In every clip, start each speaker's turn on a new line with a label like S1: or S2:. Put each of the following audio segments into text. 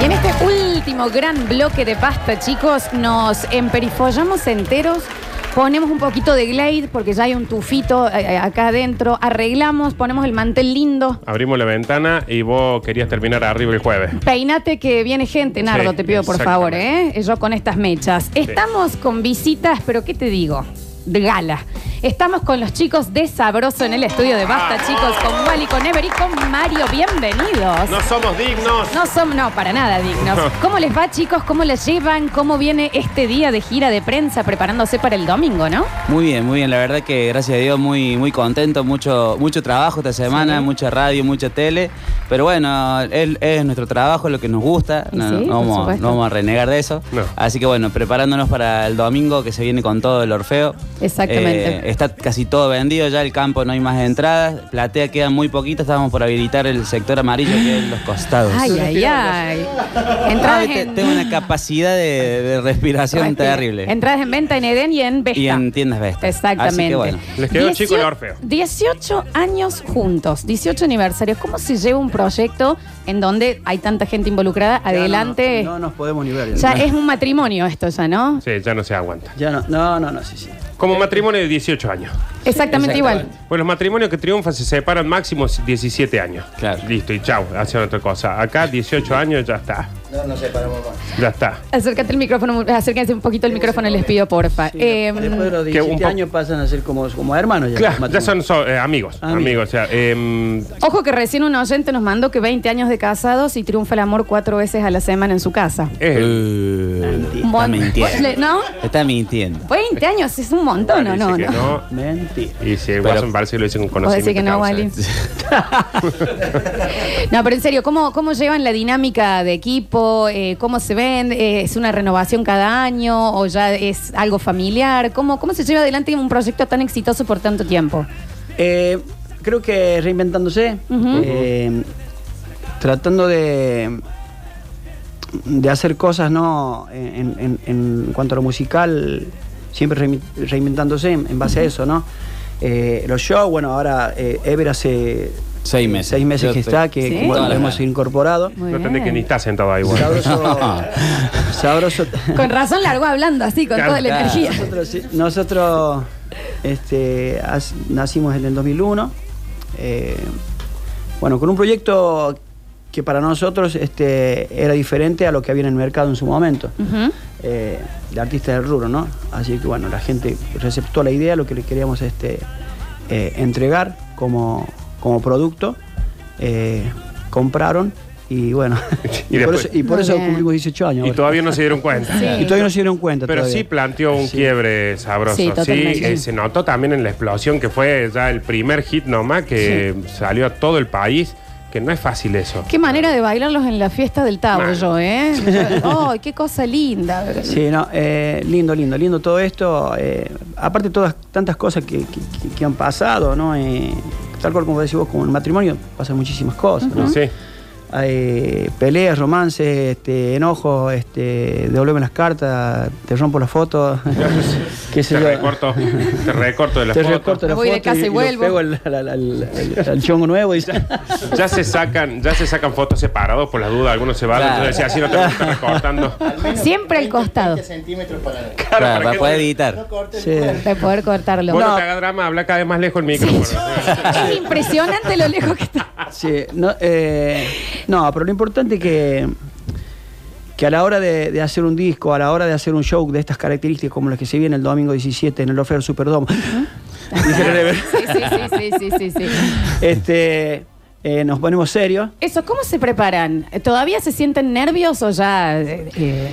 S1: Y en este último gran bloque de pasta, chicos, nos emperifollamos enteros. Ponemos un poquito de glade porque ya hay un tufito eh, acá adentro. Arreglamos, ponemos el mantel lindo.
S2: Abrimos la ventana y vos querías terminar arriba el jueves.
S1: Peinate que viene gente, Nardo,
S2: Sí,
S1: te pido por favor, ¿eh?
S2: exactamente.
S1: Yo con estas mechas. Estamos con visitas, pero ¿qué te digo? De gala. Estamos con los chicos de Sabroso en el estudio de Basta,
S2: ¡Vamos!
S1: chicos, con Wally, con Ever y con Mario. Bienvenidos.
S2: No somos dignos.
S1: No son, no, para nada dignos. ¿Cómo les va, chicos? ¿Cómo les llevan? ¿Cómo viene este día de gira de prensa preparándose para el domingo, no?
S3: Muy bien, muy bien. La verdad que gracias a Dios muy, muy contento, mucho, mucho trabajo esta semana, mucha radio, mucha tele. Pero bueno, él- es nuestro trabajo, lo que nos gusta.
S1: Y
S3: No,
S1: sí,
S3: no
S1: por
S3: vamos,
S1: supuesto.
S3: no vamos a renegar de eso.
S2: No.
S3: Así que bueno, preparándonos para el domingo que se viene con todo el Orfeo.
S1: Exactamente.
S3: Eh, está casi todo vendido ya, el campo no hay más entradas. Platea quedan muy poquitas, estábamos por habilitar el sector amarillo que es los costados.
S1: Ay, ay, ay.
S3: Ah,
S1: Entradas
S3: te-
S1: en,
S3: Tengo una capacidad de, de respiración terrible.
S1: Entradas en venta en Edén y en Vesta.
S3: Y en tiendas Vesta.
S1: Exactamente.
S3: Así que bueno.
S2: Les quedó chico el
S1: Diecio-
S2: Orfeo.
S1: 18 años juntos, 18 aniversarios. ¿Cómo se lleva un proyecto en donde hay tanta gente involucrada? Adelante.
S4: Ya No, no, no nos podemos ni ver.
S1: Ya es un matrimonio esto ya, ¿no?
S2: Sí, ya no se aguanta.
S4: Ya no, no, no, no, sí, sí.
S2: Como matrimonio de 18 años.
S1: Exactamente igual.
S2: Bueno, los matrimonios que triunfan se separan máximo 17 años.
S3: Claro.
S2: Listo, y chau, hacen otra cosa. Acá 18 años ya está.
S4: No, no separamos más.
S2: Ya está.
S1: Acércate el micrófono, acérquense un poquito el micrófono, les pido porfa. Eh,
S4: Después de los
S2: que un
S4: 17
S2: po-
S4: años pasan a ser como, como hermanos ya.
S2: Claro,
S4: matrimonio.
S2: ya son, so- eh, amigos.
S4: Amigos.
S2: Amigos, o sea, em,
S1: ojo que recién un oyente nos mandó que 20 años de casados y triunfa el amor cuatro veces a la semana en su casa.
S2: es el-
S3: Eh,
S1: Mon-
S3: está mintiendo.
S1: Le- ¿No?
S3: Está mintiendo.
S1: 20 años es un montón, ¿o
S2: dice
S1: no?
S2: que
S1: no?
S4: Mentira.
S2: Y si el
S3: Pero-
S2: Watson parece que lo dicen con
S1: Vos
S2: conocimiento.
S1: decís que no,
S2: causa,
S1: Wally.
S2: ¿eh?
S1: no, pero en serio, ¿cómo, cómo llevan la dinámica de equipo? Eh, ¿Cómo se ven? Eh, ¿Es una renovación cada año o ya es algo familiar? ¿Cómo, ¿Cómo se lleva adelante un proyecto tan exitoso por tanto tiempo?
S4: Eh, creo que reinventándose,
S1: Ujú.
S4: eh, tratando de de hacer cosas no en, en- en cuanto a lo musical, siempre reimi- reinventándose en, en base a eso, ¿no? Eh, los shows, bueno, ahora eh, Ever hace
S3: Seis meses.
S4: seis meses
S3: Yo
S4: que
S3: estoy-
S4: está, que
S1: Sí.
S4: bueno,
S3: Todas
S4: lo
S3: las
S4: hemos
S3: ganas.
S4: incorporado.
S1: Muy
S2: No entendés que
S1: bien.
S2: ni está sentado ahí, Wally.
S4: Sabroso. sabroso.
S1: Con razón largo hablando así, con
S2: Claro,
S1: toda la
S3: claro.
S1: energía.
S4: Nosotros, sí, nosotros, este, as- nacimos en el 2001. eh, bueno, con un proyecto que para nosotros este, era diferente a lo que había en el mercado en su momento,
S1: Ujú.
S4: eh, de artistas del rubro, ¿no? Así que bueno, la gente receptó la idea, lo que le queríamos este, eh, entregar como, como producto. eh, compraron y bueno,
S2: Y
S4: y, por
S2: después.
S4: eso, y por
S1: Muy
S4: eso
S1: bien.
S4: cumplimos 18 años.
S2: Y
S4: ahora.
S2: todavía no se dieron cuenta.
S1: Sí.
S4: Y todavía no se dieron cuenta.
S2: Pero
S4: todavía.
S2: sí planteó un quiebre sabroso.
S1: Sí,
S2: Sí,
S1: totalmente, sí.
S2: eh, se notó también en la explosión que fue ya el primer hit nomás que salió a todo el país, que no es fácil eso.
S1: Qué manera de bailarlos en la fiesta del Tabo,
S2: Mal.
S1: yo, ¿eh? ¡Ay, qué cosa linda!
S4: Sí, no, eh, lindo, lindo, lindo todo esto. eh, aparte todas tantas cosas que, que- que- que han pasado, ¿no? Eh, tal cual como decís vos, con el matrimonio pasan muchísimas cosas, ¿no?
S2: Sí.
S4: Hay eh, peleas, romances, este, enojos, este, devuelven las cartas, te rompo las fotos, qué sé
S2: Te
S4: yo.
S2: recorto, te recorto de la
S4: Te
S2: foto.
S4: recorto
S1: Me
S4: la
S1: voy de
S4: foto
S1: casa y
S4: lo
S1: vuelvo.
S4: pego al, al- al- al- al chongo nuevo y
S2: Ya se sacan, ya se sacan fotos separados por las dudas, algunos se van,
S3: Claro.
S2: entonces decía, así no te gusta recortando.
S1: Siempre al costado,
S5: 20 centímetros para la
S3: Claro,
S2: ¿para
S3: para
S2: qué
S3: poder
S2: te-
S3: editar.
S5: No cortes.
S4: Sí.
S1: de poder cortarlo.
S2: Vos no,
S4: No.
S2: te hagas drama, habla cada vez más lejos el micrófono.
S1: Es impresionante lo lejos que está.
S4: Sí, no, eh, no, pero lo importante es que, que a la hora de, de hacer un disco, a la hora de hacer un show de estas características como las que se viene el domingo 17 en el Ofer Superdome,
S1: Sí, sí, sí, sí, sí, sí, sí.
S4: este, eh, nos ponemos serios.
S1: Eso, ¿cómo se preparan? ¿Todavía se sienten nervios o ya...? eh, eh,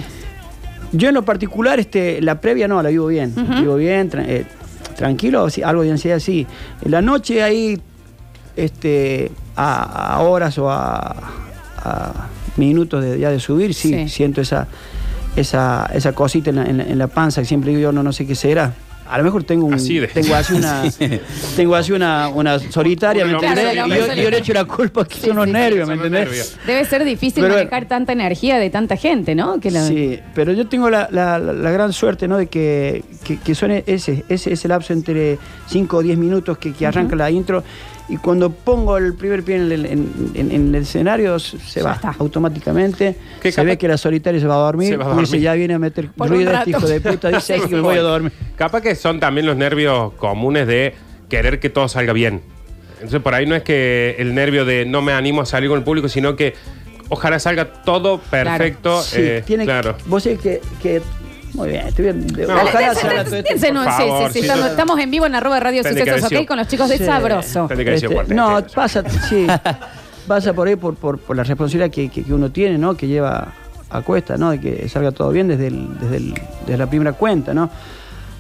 S4: Yo en lo particular, este, la previa no, la vivo bien. Vivo bien, tra- eh, tranquilo, sí, algo de ansiedad sí. En la noche ahí, este, a, a horas o a, a minutos de, ya de subir, sí,
S1: Sí.
S4: siento esa, esa, esa cosita en la, en la- en la panza que siempre digo yo, no, no sé qué será. A lo mejor tengo un,
S2: Así de-
S4: tengo así una, tengo así una, una solitaria, ¿me
S2: Una
S4: entendés?
S1: lombriz
S4: Y yo,
S1: solitaria.
S4: y yo le echo la culpa que
S1: Sí,
S4: son los
S1: sí, sí.
S4: nervios, ¿me
S2: Son los
S4: entendés?
S2: nervios.
S1: debe ser difícil
S4: Pero-
S1: manejar tanta energía de tanta gente, ¿no? Que la-
S4: Sí, pero yo tengo la, la- la gran suerte, ¿no? De que, que, que son ese, ese, ese lapso entre 5 o 10 minutos que, que arranca la intro. Y cuando pongo el primer pie en el, en- en- en el escenario, se se
S1: Ya
S4: va
S1: está.
S4: automáticamente.
S2: Que
S4: Se
S2: capaz-
S4: ve que la solitaria se va a dormir.
S2: Se va a
S4: uno dice,
S2: dormir.
S4: ya viene a meter
S1: Por un
S4: ruido este
S1: rato.
S4: hijo de puta. Dice, "Ay, que me voy a dormir.
S2: Capaz que son también los nervios comunes de querer que todo salga bien. Entonces por ahí no es que el nervio de no me animo a salir con el público, sino que ojalá salga todo perfecto.
S4: Sí,
S2: eh,
S4: tiene
S2: claro.
S4: Vos sabés que, que- Muy bien, estoy bien.
S1: Piensen-
S2: Ojalá se haga
S4: todo
S1: piensen-
S4: esto.
S1: piensen, no,
S2: por
S1: sí, sí,
S2: favor,
S1: sí,
S2: sí,
S1: estamos,
S2: sí.
S1: estamos en vivo en arroba Radio
S2: Tiene que
S1: Sucesos,
S2: haber
S1: ok,
S2: sido-
S1: con los chicos de
S4: Sí.
S1: Sabroso.
S2: Tendría que haber sido
S4: Este,
S2: cuarentena.
S4: no, pasa, sí, pasa por ahí por, por, por la responsabilidad que, que- que uno tiene, ¿no? Que lleva a cuesta, ¿no? De que salga todo bien desde, el- desde, el- desde la primera cuenta, ¿no?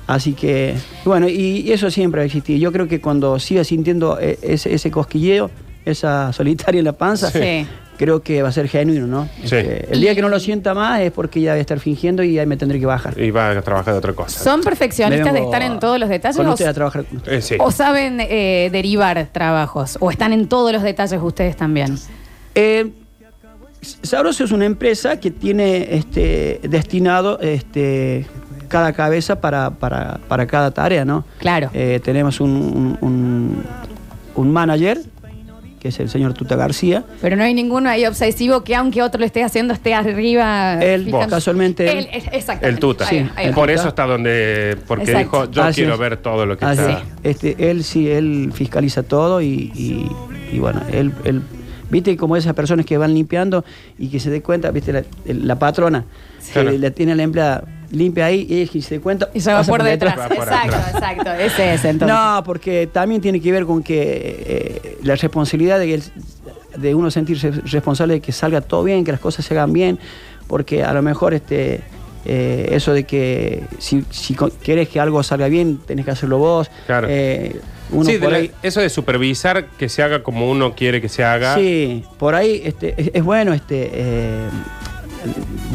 S4: Así que, bueno, y, y eso siempre va a existir. Yo creo que cuando siga sintiendo eh, ese, ese cosquilleo, esa solitaria en la panza,
S1: Sí.
S4: creo que va a ser genuino, ¿no?
S2: Sí.
S4: Este, el día que no lo sienta más es porque ya debe estar fingiendo y ahí me tendré que bajar.
S2: Y va a trabajar de otra cosa.
S1: ¿Son perfeccionistas de
S4: Vengo
S1: estar en todos los detalles
S4: Con
S1: o,
S4: ustedes a trabajar con ustedes.
S2: Eh, sí.
S1: o saben eh, derivar trabajos? ¿O están en todos los detalles ustedes también?
S4: Eh, Sabroso es una empresa que tiene este, destinado este, cada cabeza para, para- para cada tarea, ¿no?
S1: Claro.
S4: Eh, tenemos un, un- un- un manager, que es el señor Tuta García.
S1: Pero no hay ninguno ahí obsesivo que aunque otro lo esté haciendo, esté arriba.
S4: Él,
S1: fijando-
S4: vos. Casualmente él.
S1: Él, es- exactamente.
S2: El tuta.
S1: Ahí va, ahí va.
S2: Por
S4: tuta.
S2: eso está donde. Porque
S1: Exacto.
S2: dijo, yo
S4: Así
S2: quiero
S4: es.
S2: ver todo lo que
S4: Así
S2: está.
S4: es. Este, él sí, él fiscaliza todo y, y- y bueno, él, él- viste como esas personas que van limpiando y que se dé cuenta, viste la, el- la patrona que
S2: Claro.
S4: la tiene la empleada limpia ahí y ella que se dé cuenta
S1: Y se va
S4: pasa
S1: por detrás.
S2: Va por
S1: exacto,
S2: atrás.
S1: exacto. Ese es entonces.
S4: No, porque también tiene que ver con que eh, la responsabilidad de, que el- de uno sentirse responsable de que salga todo bien, que las cosas se hagan bien, porque a lo mejor este eh, eso de que si, si co- querés que algo salga bien, tenés que hacerlo vos.
S2: Claro.
S4: Eh, uno
S2: Sí, de
S4: por
S2: la-
S4: ahí,
S2: eso de supervisar que se haga como uno quiere que se haga.
S4: sí, por ahí este, es, es bueno este eh,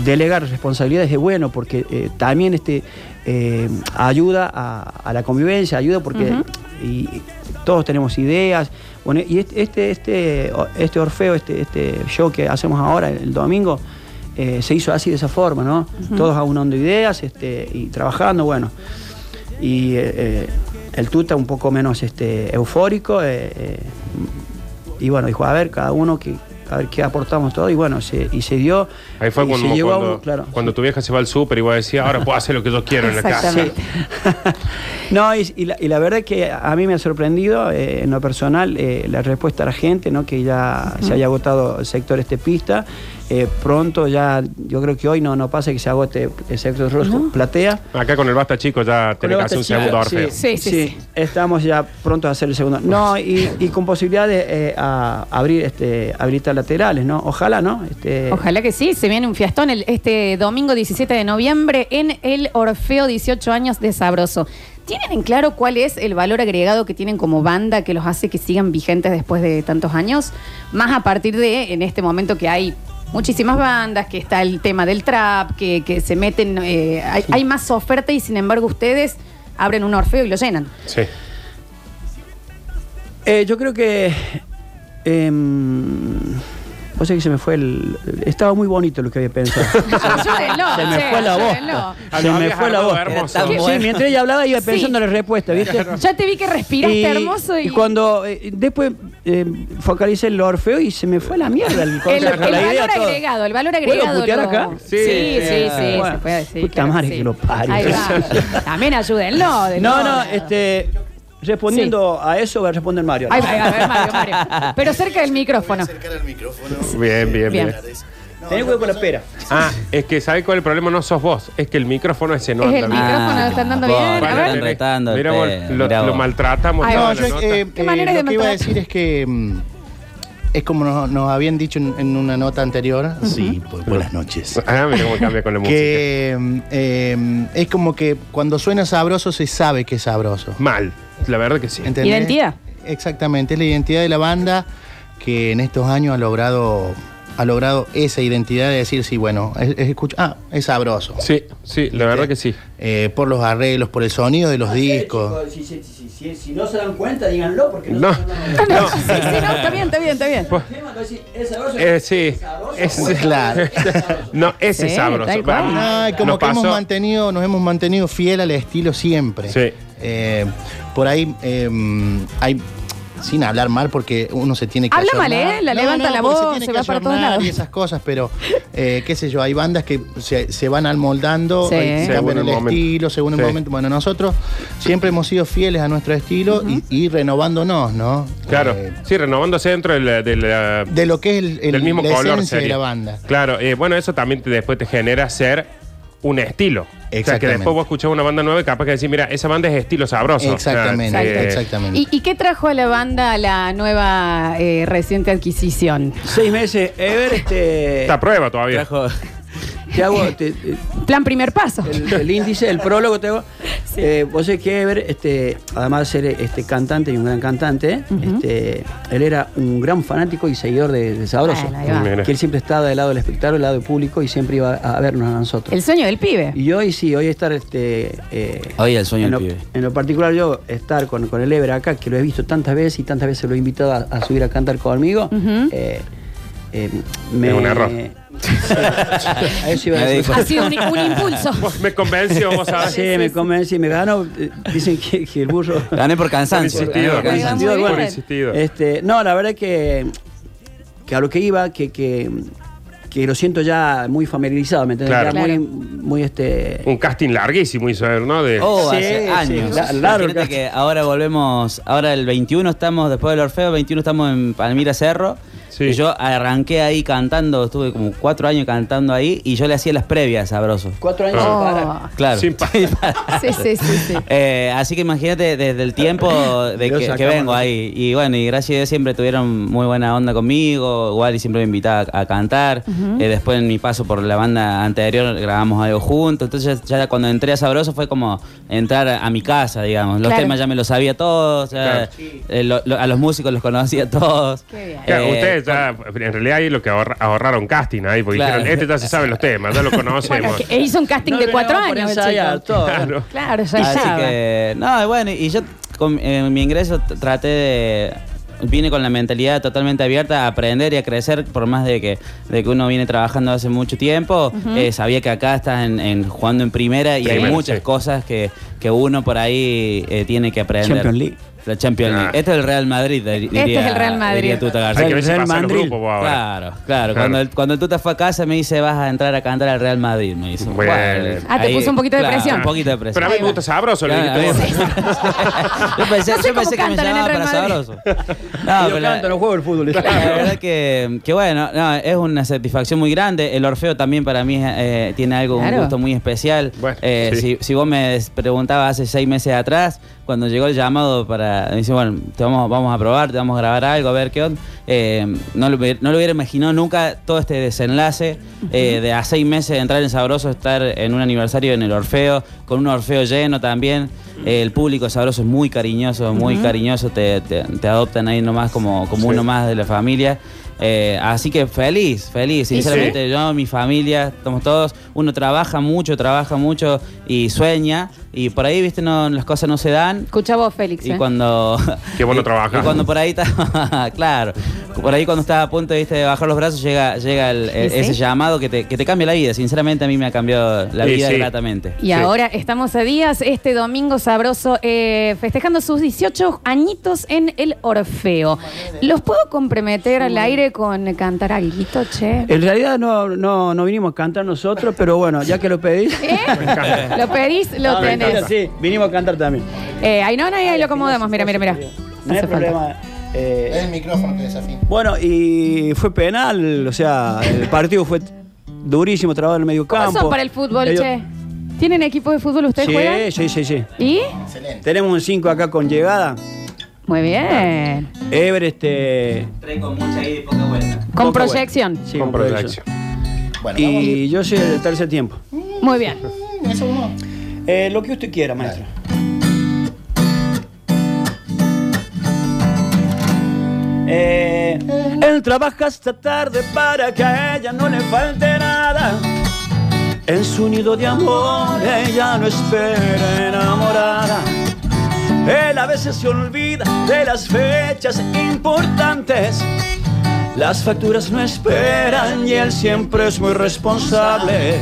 S4: delegar responsabilidades es bueno porque eh, también este eh, ayuda a, a la convivencia, ayuda porque
S1: Ujú.
S4: y, y todos tenemos ideas. Bueno, y este, este, este, o- este Orfeo, este, este show que hacemos ahora el domingo, eh, se hizo así de esa forma, ¿no? Todos aunando ideas este, y trabajando, bueno. Y eh, eh, el tuta un poco menos este, eufórico. eh, eh, y bueno, dijo, a ver, cada uno que, a ver qué aportamos todo. Y bueno, se, y se dio.
S2: Ahí fue
S4: y
S2: cuando,
S4: se llegó a
S2: cuando,
S4: un- claro.
S2: cuando tu vieja se va al súper y vos decías, ahora puedo hacer lo que yo quiero en la casa.
S1: Exactamente.
S4: no, y, y la, y la verdad es que a mí me ha sorprendido eh, en lo personal eh, la respuesta de la gente, ¿no? que ya se haya agotado el sector este pista. Eh, pronto ya, yo creo que hoy no, no pasa que se agote el sector rojo platea.
S2: Acá con el basta chico ya tenés que hacer un segundo orfeo.
S1: Sí, sí, sí.
S4: Estamos ya prontos a hacer el segundo. No, y, y con posibilidades eh, a abrir, este, habilitar laterales, ¿no? Ojalá, ¿no? Este,
S1: Ojalá que sí, se viene un fiestón el- este domingo 17 de noviembre en el Orfeo 18 años de Sabroso. ¿Tienen en claro cuál es el valor agregado que tienen como banda que los hace que sigan vigentes después de tantos años? Más a partir de en este momento que hay muchísimas bandas, que está el tema del trap, que, que se meten, eh, hay, hay más oferta y sin embargo ustedes abren un Orfeo y lo llenan.
S2: Sí.
S4: Eh, yo creo que. em, vos sabés que se me fue el. Estaba muy bonito lo que había pensado.
S1: Ayúdenlo,
S4: se me
S1: che,
S4: fue la voz.
S2: Ah,
S1: ayúdenlo.
S4: Se me
S2: Habías
S4: fue la
S2: armado
S4: voz.
S2: hermoso.
S3: Era tan
S4: Sí,
S3: bueno.
S4: mientras ella hablaba iba
S1: Sí.
S4: pensando en la respuesta, ¿viste?
S1: Ya te vi que respiraste hermoso y...
S4: y cuando eh, después eh, focalicé en lo orfeo y se me fue la mierda el
S1: El,
S4: concepto,
S1: el
S4: la idea
S1: valor
S4: toda.
S1: agregado, el valor
S4: ¿Puedo
S1: agregado.
S4: putear
S1: lo-
S4: acá?
S1: Sí, sí,
S3: Sí,
S1: sí,
S3: eh,
S1: se
S4: bueno.
S1: puede decir.
S4: Puta
S1: claro
S4: madre
S1: sí.
S4: que lo parió.
S1: Ahí va. También ayúdenlo. del
S4: No,
S1: otro
S4: no,
S1: lado.
S4: este respondiendo a eso va a responder Mario.
S1: Ahí va, ahí va, a ver, Mario, Mario. Pero cerca del micrófono.
S5: Voy a acercar al micrófono.
S2: Bien, bien, bien.
S1: Bien.
S5: No,
S4: Tenés huevo con la pera.
S2: Ah, es que ¿sabés cuál es el problema? No sos vos, es que el micrófono ese no
S1: Es
S2: anda
S1: el
S2: bien. Ah,
S1: micrófono, lo están dando
S3: vos,
S1: bien. A
S3: lo
S1: ver.
S3: Ah, están retando,
S2: Mira, vos,
S3: pe,
S2: lo,
S3: mirá
S2: lo
S3: vos.
S2: maltratamos.
S1: Ahí
S2: toda
S1: va.
S5: No,
S2: la
S5: yo
S2: nota.
S5: eh,
S1: ¿Qué
S5: eh,
S1: manera de
S5: lo que iba a
S1: maltratar?
S5: decir es que mm, es como nos, nos habían dicho en, en una nota anterior, sí, por, por las noches,
S2: Ah, mira cómo cambia con la música.
S5: que mm, eh, es como que cuando suena sabroso se sabe que es sabroso.
S2: Mal, la verdad que sí.
S5: ¿entendés?
S1: Identidad.
S5: Exactamente, es la identidad de la banda que en estos años ha logrado ha logrado esa identidad de decir, sí, bueno, es, es escuch- ah, es sabroso.
S2: Sí, sí, la verdad que sí.
S5: Eh, por los arreglos, por el sonido de los
S6: Así es,
S4: Eh,
S5: discos.
S6: chicos, Si, si- si- si- si no se dan cuenta, díganlo, porque no,
S2: No.
S6: se dan
S1: Ah,
S6: cuenta.
S1: no, sí, sí, no, está bien, está bien, está bien.
S4: Pues,
S6: El tema, entonces, ¿es sabroso?
S2: Eh, sí,
S6: ¿Es sabroso?
S2: es,
S5: Claro.
S2: no, ese
S1: Sí,
S2: es sabroso.
S1: tal cual.
S5: Ah, y como
S2: Nos
S5: que hemos
S2: pasó-
S5: mantenido, nos hemos mantenido fiel al estilo siempre.
S2: Sí.
S5: Eh, por ahí eh, hay sin hablar mal porque uno se tiene que
S1: Habla
S5: ayornar.
S1: mal, ¿eh? La levanta la
S5: porque
S1: voz,
S5: tiene
S1: se
S5: que
S1: va para todos
S5: ayornar
S1: lados.
S5: y esas cosas pero eh, qué sé yo hay bandas que se, se van almoldando
S1: Sí.
S5: y
S2: Según
S5: cambian
S2: el
S5: el,
S2: momento.
S5: estilo según
S2: Sí.
S5: el momento bueno nosotros siempre hemos sido fieles a nuestro estilo y, y renovándonos no
S2: Claro,
S5: Eh,
S2: sí, renovándose dentro de la- de la-
S5: de lo que es el, el-
S2: del mismo
S5: la
S2: color
S5: esencia de
S2: sería.
S5: la banda
S2: Claro, eh, bueno, eso también te- después te genera ser un estilo. O sea, que
S5: Exactamente.
S2: después vos escuchás una banda nueva y capaz que decís, mira, esa banda es estilo sabroso.
S5: Exactamente,
S2: O sea, eh,
S5: exactamente.
S1: ¿Y, y qué trajo a la banda la nueva eh, reciente adquisición?
S4: Seis meses, Ever, este,
S2: Está a prueba todavía.
S3: Trajo-
S4: te hago te- te-
S1: Plan primer paso.
S4: el, el índice, el prólogo te hago. Eh, vos sabés que Ever, este, además de ser este cantante y un gran cantante, este, él era un gran fanático y seguidor de, de Sabroso.
S1: Bueno, ahí va.
S2: Mira.
S4: que él siempre estaba del lado del espectador, del lado del público y siempre iba a vernos a nosotros.
S1: El sueño del pibe.
S4: Y hoy sí, hoy estar este. eh,
S3: Hoy el sueño
S4: en
S3: del
S4: lo,
S3: pibe.
S4: en lo particular, yo estar con, con el Ever acá, que lo he visto tantas veces y tantas veces lo he invitado a, a subir a cantar conmigo.
S1: Ujú.
S4: eh, eh, me,
S2: Es un error.
S4: Sí, a eso iba a
S3: Me
S4: decir. Ah,
S3: dedico.
S1: Ha sido un, un impulso.
S2: Vos me convenció, vos sabés.
S4: Sí, me convence y me gano. eh, Dicen que, que el burro.
S3: Gané por
S2: Por
S3: cansancio. gané
S2: insistido,
S3: por
S2: por
S1: Muy bien,
S3: cansancio.
S2: insistido,
S1: muy
S2: por
S1: bien.
S2: insistido.
S4: Este, no, la verdad que, que a lo que iba, que, que, que lo siento ya muy familiarizado, ¿me entiendes?
S2: Claro.
S4: Ya
S1: Claro.
S4: Muy, muy este.
S2: Un casting larguísimo hizo él, ¿no? De,
S3: Oh,
S4: Sí,
S3: hace
S4: sí,
S3: años.
S4: la- largo
S3: Imagínate
S4: casi.
S3: que ahora volvemos, ahora el 21 estamos, después del Orfeo, 21 estamos en Palmira Cerro.
S2: Sí.
S3: Y yo arranqué ahí cantando, estuve como cuatro años cantando ahí y yo le hacía las previas, sabroso.
S4: Cuatro años sin parar.
S1: Oh.
S3: Claro.
S2: Sin parar.
S1: Sí, sí, sí, sí.
S3: Eh, así que imagínate desde el tiempo de
S4: Lo
S3: que, que
S4: sacamos.
S3: vengo ahí. Y bueno, y gracias a Dios siempre tuvieron muy buena onda conmigo. Wally siempre me invitaba a cantar. Eh, después en mi paso por la banda anterior grabamos algo juntos. Entonces ya cuando entré a Sabroso fue como entrar a mi casa, digamos. Los
S1: Claro.
S3: temas ya me los sabía todos. ya,
S2: Claro.
S3: eh, lo- lo- a los músicos los conocía todos.
S1: Qué bien.
S2: Claro,
S3: Eh,
S2: ustedes ya, en realidad ahí lo que ahorra- ahorraron casting ahí, porque
S3: Claro.
S2: dijeron, este ya se sabe los temas, ya lo
S1: Bueno,
S2: conocemos.
S1: que hizo un casting
S4: No
S1: de
S4: le
S1: cuatro
S4: daba por
S1: años.
S4: ensayar,
S1: chico.
S4: todo.
S2: Claro.
S1: Claro, ya
S3: Así
S1: estaba.
S3: que, no, y bueno, y yo con eh, mi ingreso t- traté de. Vine con la mentalidad totalmente abierta a aprender y a crecer, por más de que, de que uno viene trabajando hace mucho tiempo. eh, sabía que acá estás en, en- jugando en primera y
S2: Primera,
S3: hay muchas
S2: sí.
S3: cosas que, que uno por ahí eh, tiene que aprender.
S4: Champions League.
S3: La Champions League.
S2: Ah.
S3: Este es el Real Madrid, dir- diría.
S1: es el Real Madrid.
S3: diría Tuta García.
S2: Hay que ver si
S4: Real
S2: pasan los
S4: Madrid.
S2: grupos vos ahora.
S3: Claro, claro. Cuando, el, cuando el Tuta fue a casa me dice, vas a entrar a cantar al Real Madrid, me dice.
S2: Bueno.
S1: Ah, te puso un poquito de presión.
S3: Un poquito de presión.
S2: Pero a mí me gusta sabroso, le
S3: Claro,
S2: dijiste
S3: a
S2: vos.
S3: mí- yo pensé,
S1: No sé
S3: yo
S1: cómo
S3: pensé que me
S1: cantan en el
S3: llamaba para
S1: Real Madrid.
S3: sabroso. No,
S4: Y yo
S3: pero la-
S4: canto, no juego el fútbol.
S3: la verdad que, que bueno, no, es una satisfacción muy grande. El Orfeo también para mí eh, tiene algo,
S1: Claro.
S3: un gusto muy especial.
S2: Bueno,
S3: Eh,
S2: sí.
S3: si, si vos me preguntabas hace seis meses atrás, cuando llegó el llamado para... Me dice, bueno, te vamos, vamos a probar, te vamos a grabar algo, a ver qué onda. Eh, no, lo, hubiera- no lo hubiera imaginado nunca todo este desenlace eh, de a seis meses de entrar en Sabroso, estar en un aniversario en el Orfeo, con un Orfeo lleno también. Eh, el público de Sabroso es muy cariñoso, muy cariñoso, te, te- te adoptan ahí nomás como, como
S2: Sí.
S3: uno más de la familia. Eh, así que feliz, feliz,
S1: Y sí.
S3: sinceramente yo, mi familia, estamos todos, uno trabaja mucho, trabaja mucho y sueña y por ahí, viste, no, las cosas no se dan
S1: Escucha vos, Félix.
S3: y
S1: ¿eh?
S3: cuando...
S2: Qué bueno
S3: y-
S2: trabajar.
S3: Y cuando por ahí está... claro. Por ahí cuando estás a punto ¿viste? de bajar los brazos llega, llega el- el-
S1: sí.
S3: ese llamado que te, que te cambia la vida. Sinceramente a mí me ha cambiado la
S2: Y
S3: vida
S2: sí.
S3: gratamente.
S1: Y
S2: Sí.
S1: ahora estamos a días, este domingo sabroso, eh, festejando sus 18 añitos en el Orfeo. ¿Los puedo comprometer al aire con cantar algo, che?
S4: En realidad no, no, no vinimos a cantar nosotros, pero bueno, ya que lo pedís.
S1: ¿Eh? ¿Lo pedís? Lo
S4: Ah, mentira,
S1: tenés.
S4: sí, vinimos a cantar también.
S1: Eh, ahí no, no, ahí lo acomodamos. Mira, mira, mira.
S4: No hay
S1: Hace falta.
S4: problema. eh,
S5: el micrófono que desafín
S4: bueno, y fue penal, o sea, el partido fue durísimo, trabajo en el medio
S1: ¿Cómo
S4: campo.
S1: son para el fútbol,
S4: Ellos-
S1: che? ¿Tienen equipo de fútbol ustedes juegan?
S4: Sí, sí, sí, sí.
S1: ¿Y?
S5: Excelente.
S4: Tenemos un 5 acá con llegada.
S1: Muy bien.
S4: Ever, este.
S3: con mucha ida y poca vuelta.
S1: Con
S4: Poca
S1: proyección.
S4: Sí,
S2: Con
S4: con
S2: proyección.
S5: Bueno,
S4: Y yo soy del tercer tiempo.
S1: Muy bien.
S5: vamos. Eso uno.
S4: Eh, lo que usted quiera, maestro. Eh, noche. Él trabaja hasta tarde para que a ella no le falte nada. En su nido de amor ella no espera enamorada. Él a veces se olvida de las fechas importantes. Las facturas no esperan y él siempre es muy responsable.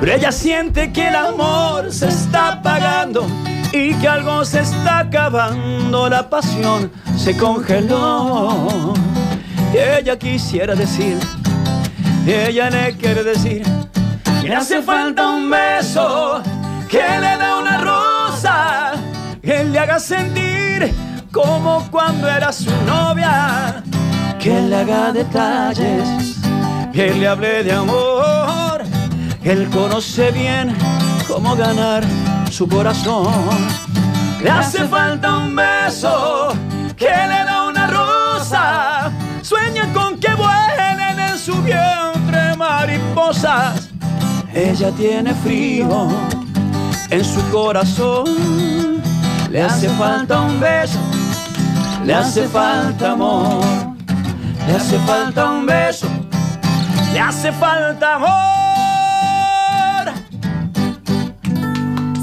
S4: Pero ella siente que el amor se está apagando y que algo se está acabando. La pasión se congeló. Y ella quisiera decir, y ella le quiere decir, que le hace falta un beso, que le da una rosa, que le haga sentir como cuando era su novia, que le haga detalles, que le hable de amor. Él conoce bien cómo ganar su corazón. Le hace falta un beso que le da una rosa. Sueña con que vuelen en su vientre mariposas. Ella tiene frío en su corazón. Le hace falta un beso, le hace falta amor. Le hace falta un beso, le hace falta amor.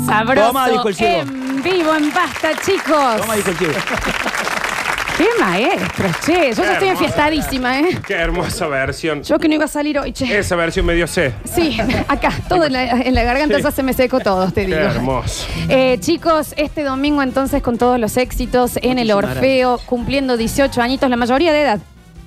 S1: Sabroso.
S4: Toma, dijo el chico.
S1: En vivo, en basta, chicos.
S4: Toma, dijo el chico.
S1: Qué maestros, che. Yo ya estoy
S2: hermoso.
S1: enfiestadísima, ¿eh?
S2: Qué hermosa versión.
S1: Yo que no iba a salir hoy, che.
S2: Esa versión me dio sed.
S1: Sí, acá, todo en la, en la garganta ya se me secó todo, te
S2: Qué
S1: digo.
S2: hermoso.
S1: Eh, chicos, este domingo entonces con todos los éxitos en el Orfeo, cumpliendo 18 añitos, la mayoría de edad.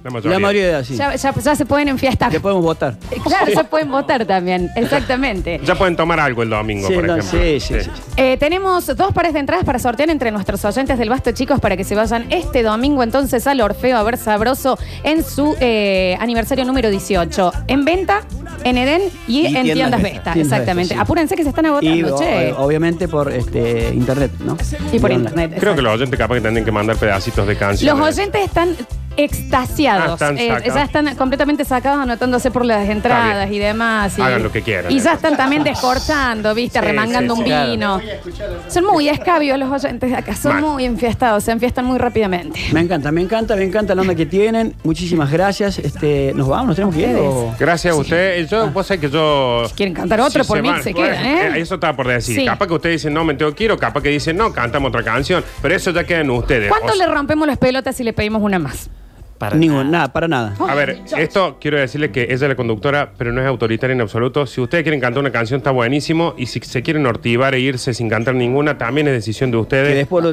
S2: La mayoría.
S4: La mayoría de edad, sí.
S1: Ya, ya- ya se pueden enfiestar.
S4: Le podemos votar.
S1: Eh, Claro, se pueden votar también, exactamente.
S2: Ya pueden tomar algo el domingo,
S4: Sí,
S2: por
S4: no,
S2: ejemplo.
S4: sí, sí, sí.
S1: Eh, tenemos dos pares de entradas para sortear entre nuestros oyentes del Basto, chicos, para que se vayan este domingo entonces al Orfeo a ver Sabroso en su eh, aniversario número 18. En venta, en Edén y,
S3: Y
S1: en
S3: tiendas
S1: tiendas
S3: Vesta.
S1: Vesta.
S4: Tiendas
S1: Exactamente.
S4: Vesta, sí.
S1: Apúrense que se están
S4: Y oh,
S1: agotando,
S4: o-
S1: che.
S4: o- obviamente por este, internet, ¿no?
S1: y por
S4: online.
S1: internet.
S2: Creo que
S1: exacto.
S2: los oyentes capaz que tendrían que mandar pedacitos de
S1: Los
S2: canciones.
S1: oyentes están extasiados.
S2: Ah, están
S1: Eh,
S2: sacados.
S1: ya están completamente sacados anotándose por las entradas
S2: bien.
S1: y demás. y-
S2: Hagan lo que quieran.
S1: Y ya están también descorchando, ¿viste?
S2: Sí,
S1: remangando
S2: sí,
S1: un
S2: sí.
S1: vino. Son muy escabios los oyentes de acá. Son
S2: Mal.
S1: muy enfiestados. Se enfiestan muy rápidamente.
S4: Me encanta, me encanta, me encanta la onda que tienen. Muchísimas gracias. Este, nos vamos, nos tenemos que ir. o-
S2: Gracias a usted. Yo, vos sabés que yo.
S1: Ah. Si quieren cantar otro, por
S2: se
S1: mí
S2: van,
S1: se
S2: bueno,
S1: quedan, ¿eh?
S2: Eso estaba por decir.
S1: Sí.
S2: Capaz que ustedes dicen, no, me tengo que ir, o capaz que dicen, no, cantamos otra canción. Pero eso ya queda en ustedes.
S1: ¿Cuánto
S2: O sea,
S1: le rompemos las pelotas si le pedimos una más?
S4: Ningún, nada, para nada.
S2: A ver, esto quiero decirles que ella es la conductora, pero no es autoritaria en absoluto. Si ustedes quieren cantar una canción, está buenísimo. Y si se quieren ortivar e irse sin cantar ninguna, también es decisión de
S4: Que
S2: ustedes.
S4: después, lo-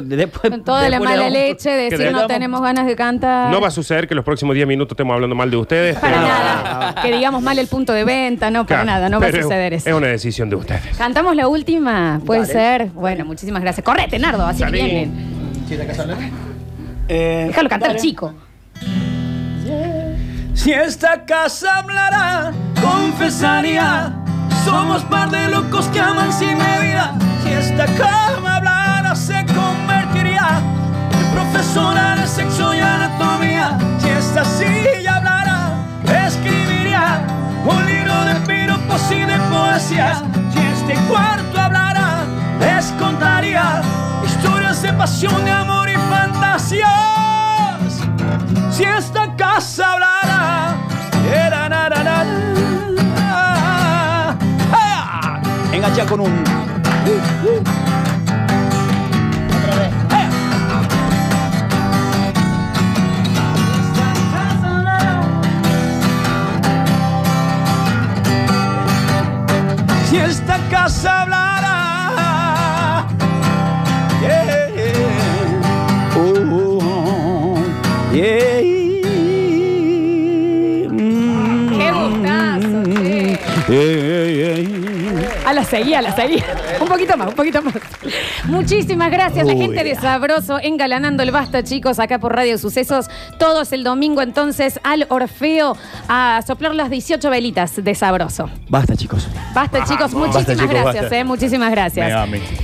S4: después-
S1: Con toda la
S4: después le
S1: mala
S4: damos-
S1: leche,
S2: que
S1: decir
S2: le
S1: no
S2: damos-
S1: tenemos ganas de cantar.
S2: No va a suceder que los próximos 10 minutos estemos hablando mal de ustedes.
S1: para
S2: pero-
S1: nada. Que digamos mal el punto de venta, no, para
S2: Ah. Claro,
S1: nada. No va a
S2: pero es-
S1: suceder eso.
S2: Es una decisión de ustedes.
S1: Cantamos la última, puede ser. Bueno, muchísimas gracias. Correte, Nardo, así que
S2: Salí.
S1: vienen.
S4: Eh,
S1: Déjalo cantar, chico.
S4: Si esta casa hablara, confesaría. Somos par de locos que aman sin medida. Si esta cama hablara, se convertiría en profesora de sexo y anatomía. Si esta silla hablara, escribiría un libro de piropos y de poesías. Si este cuarto hablara, les contaría historias de pasión, de amor y fantasías. Si esta casa hablara. era, na, na, na, na. ¡Ah! Engancha con un. Uh, uh. ¡Eh! Si esta casa hablara, yeah. Oh, yeah. Mm.
S1: Qué gustazo, che.
S4: Yeah, yeah, yeah.
S1: A Ah, la seguía, a la seguía. Un poquito más, un poquito más. Muchísimas gracias, la gente de Sabroso, engalanando el basta, chicos, acá por Radio Sucesos. Todos el domingo entonces al Orfeo a soplar las 18 velitas de Sabroso.
S4: Basta, chicos.
S1: Basta, chicos, muchísimas
S5: Basta, chicos,
S1: gracias,
S5: basta.
S1: eh, muchísimas gracias.
S5: Me va a mí.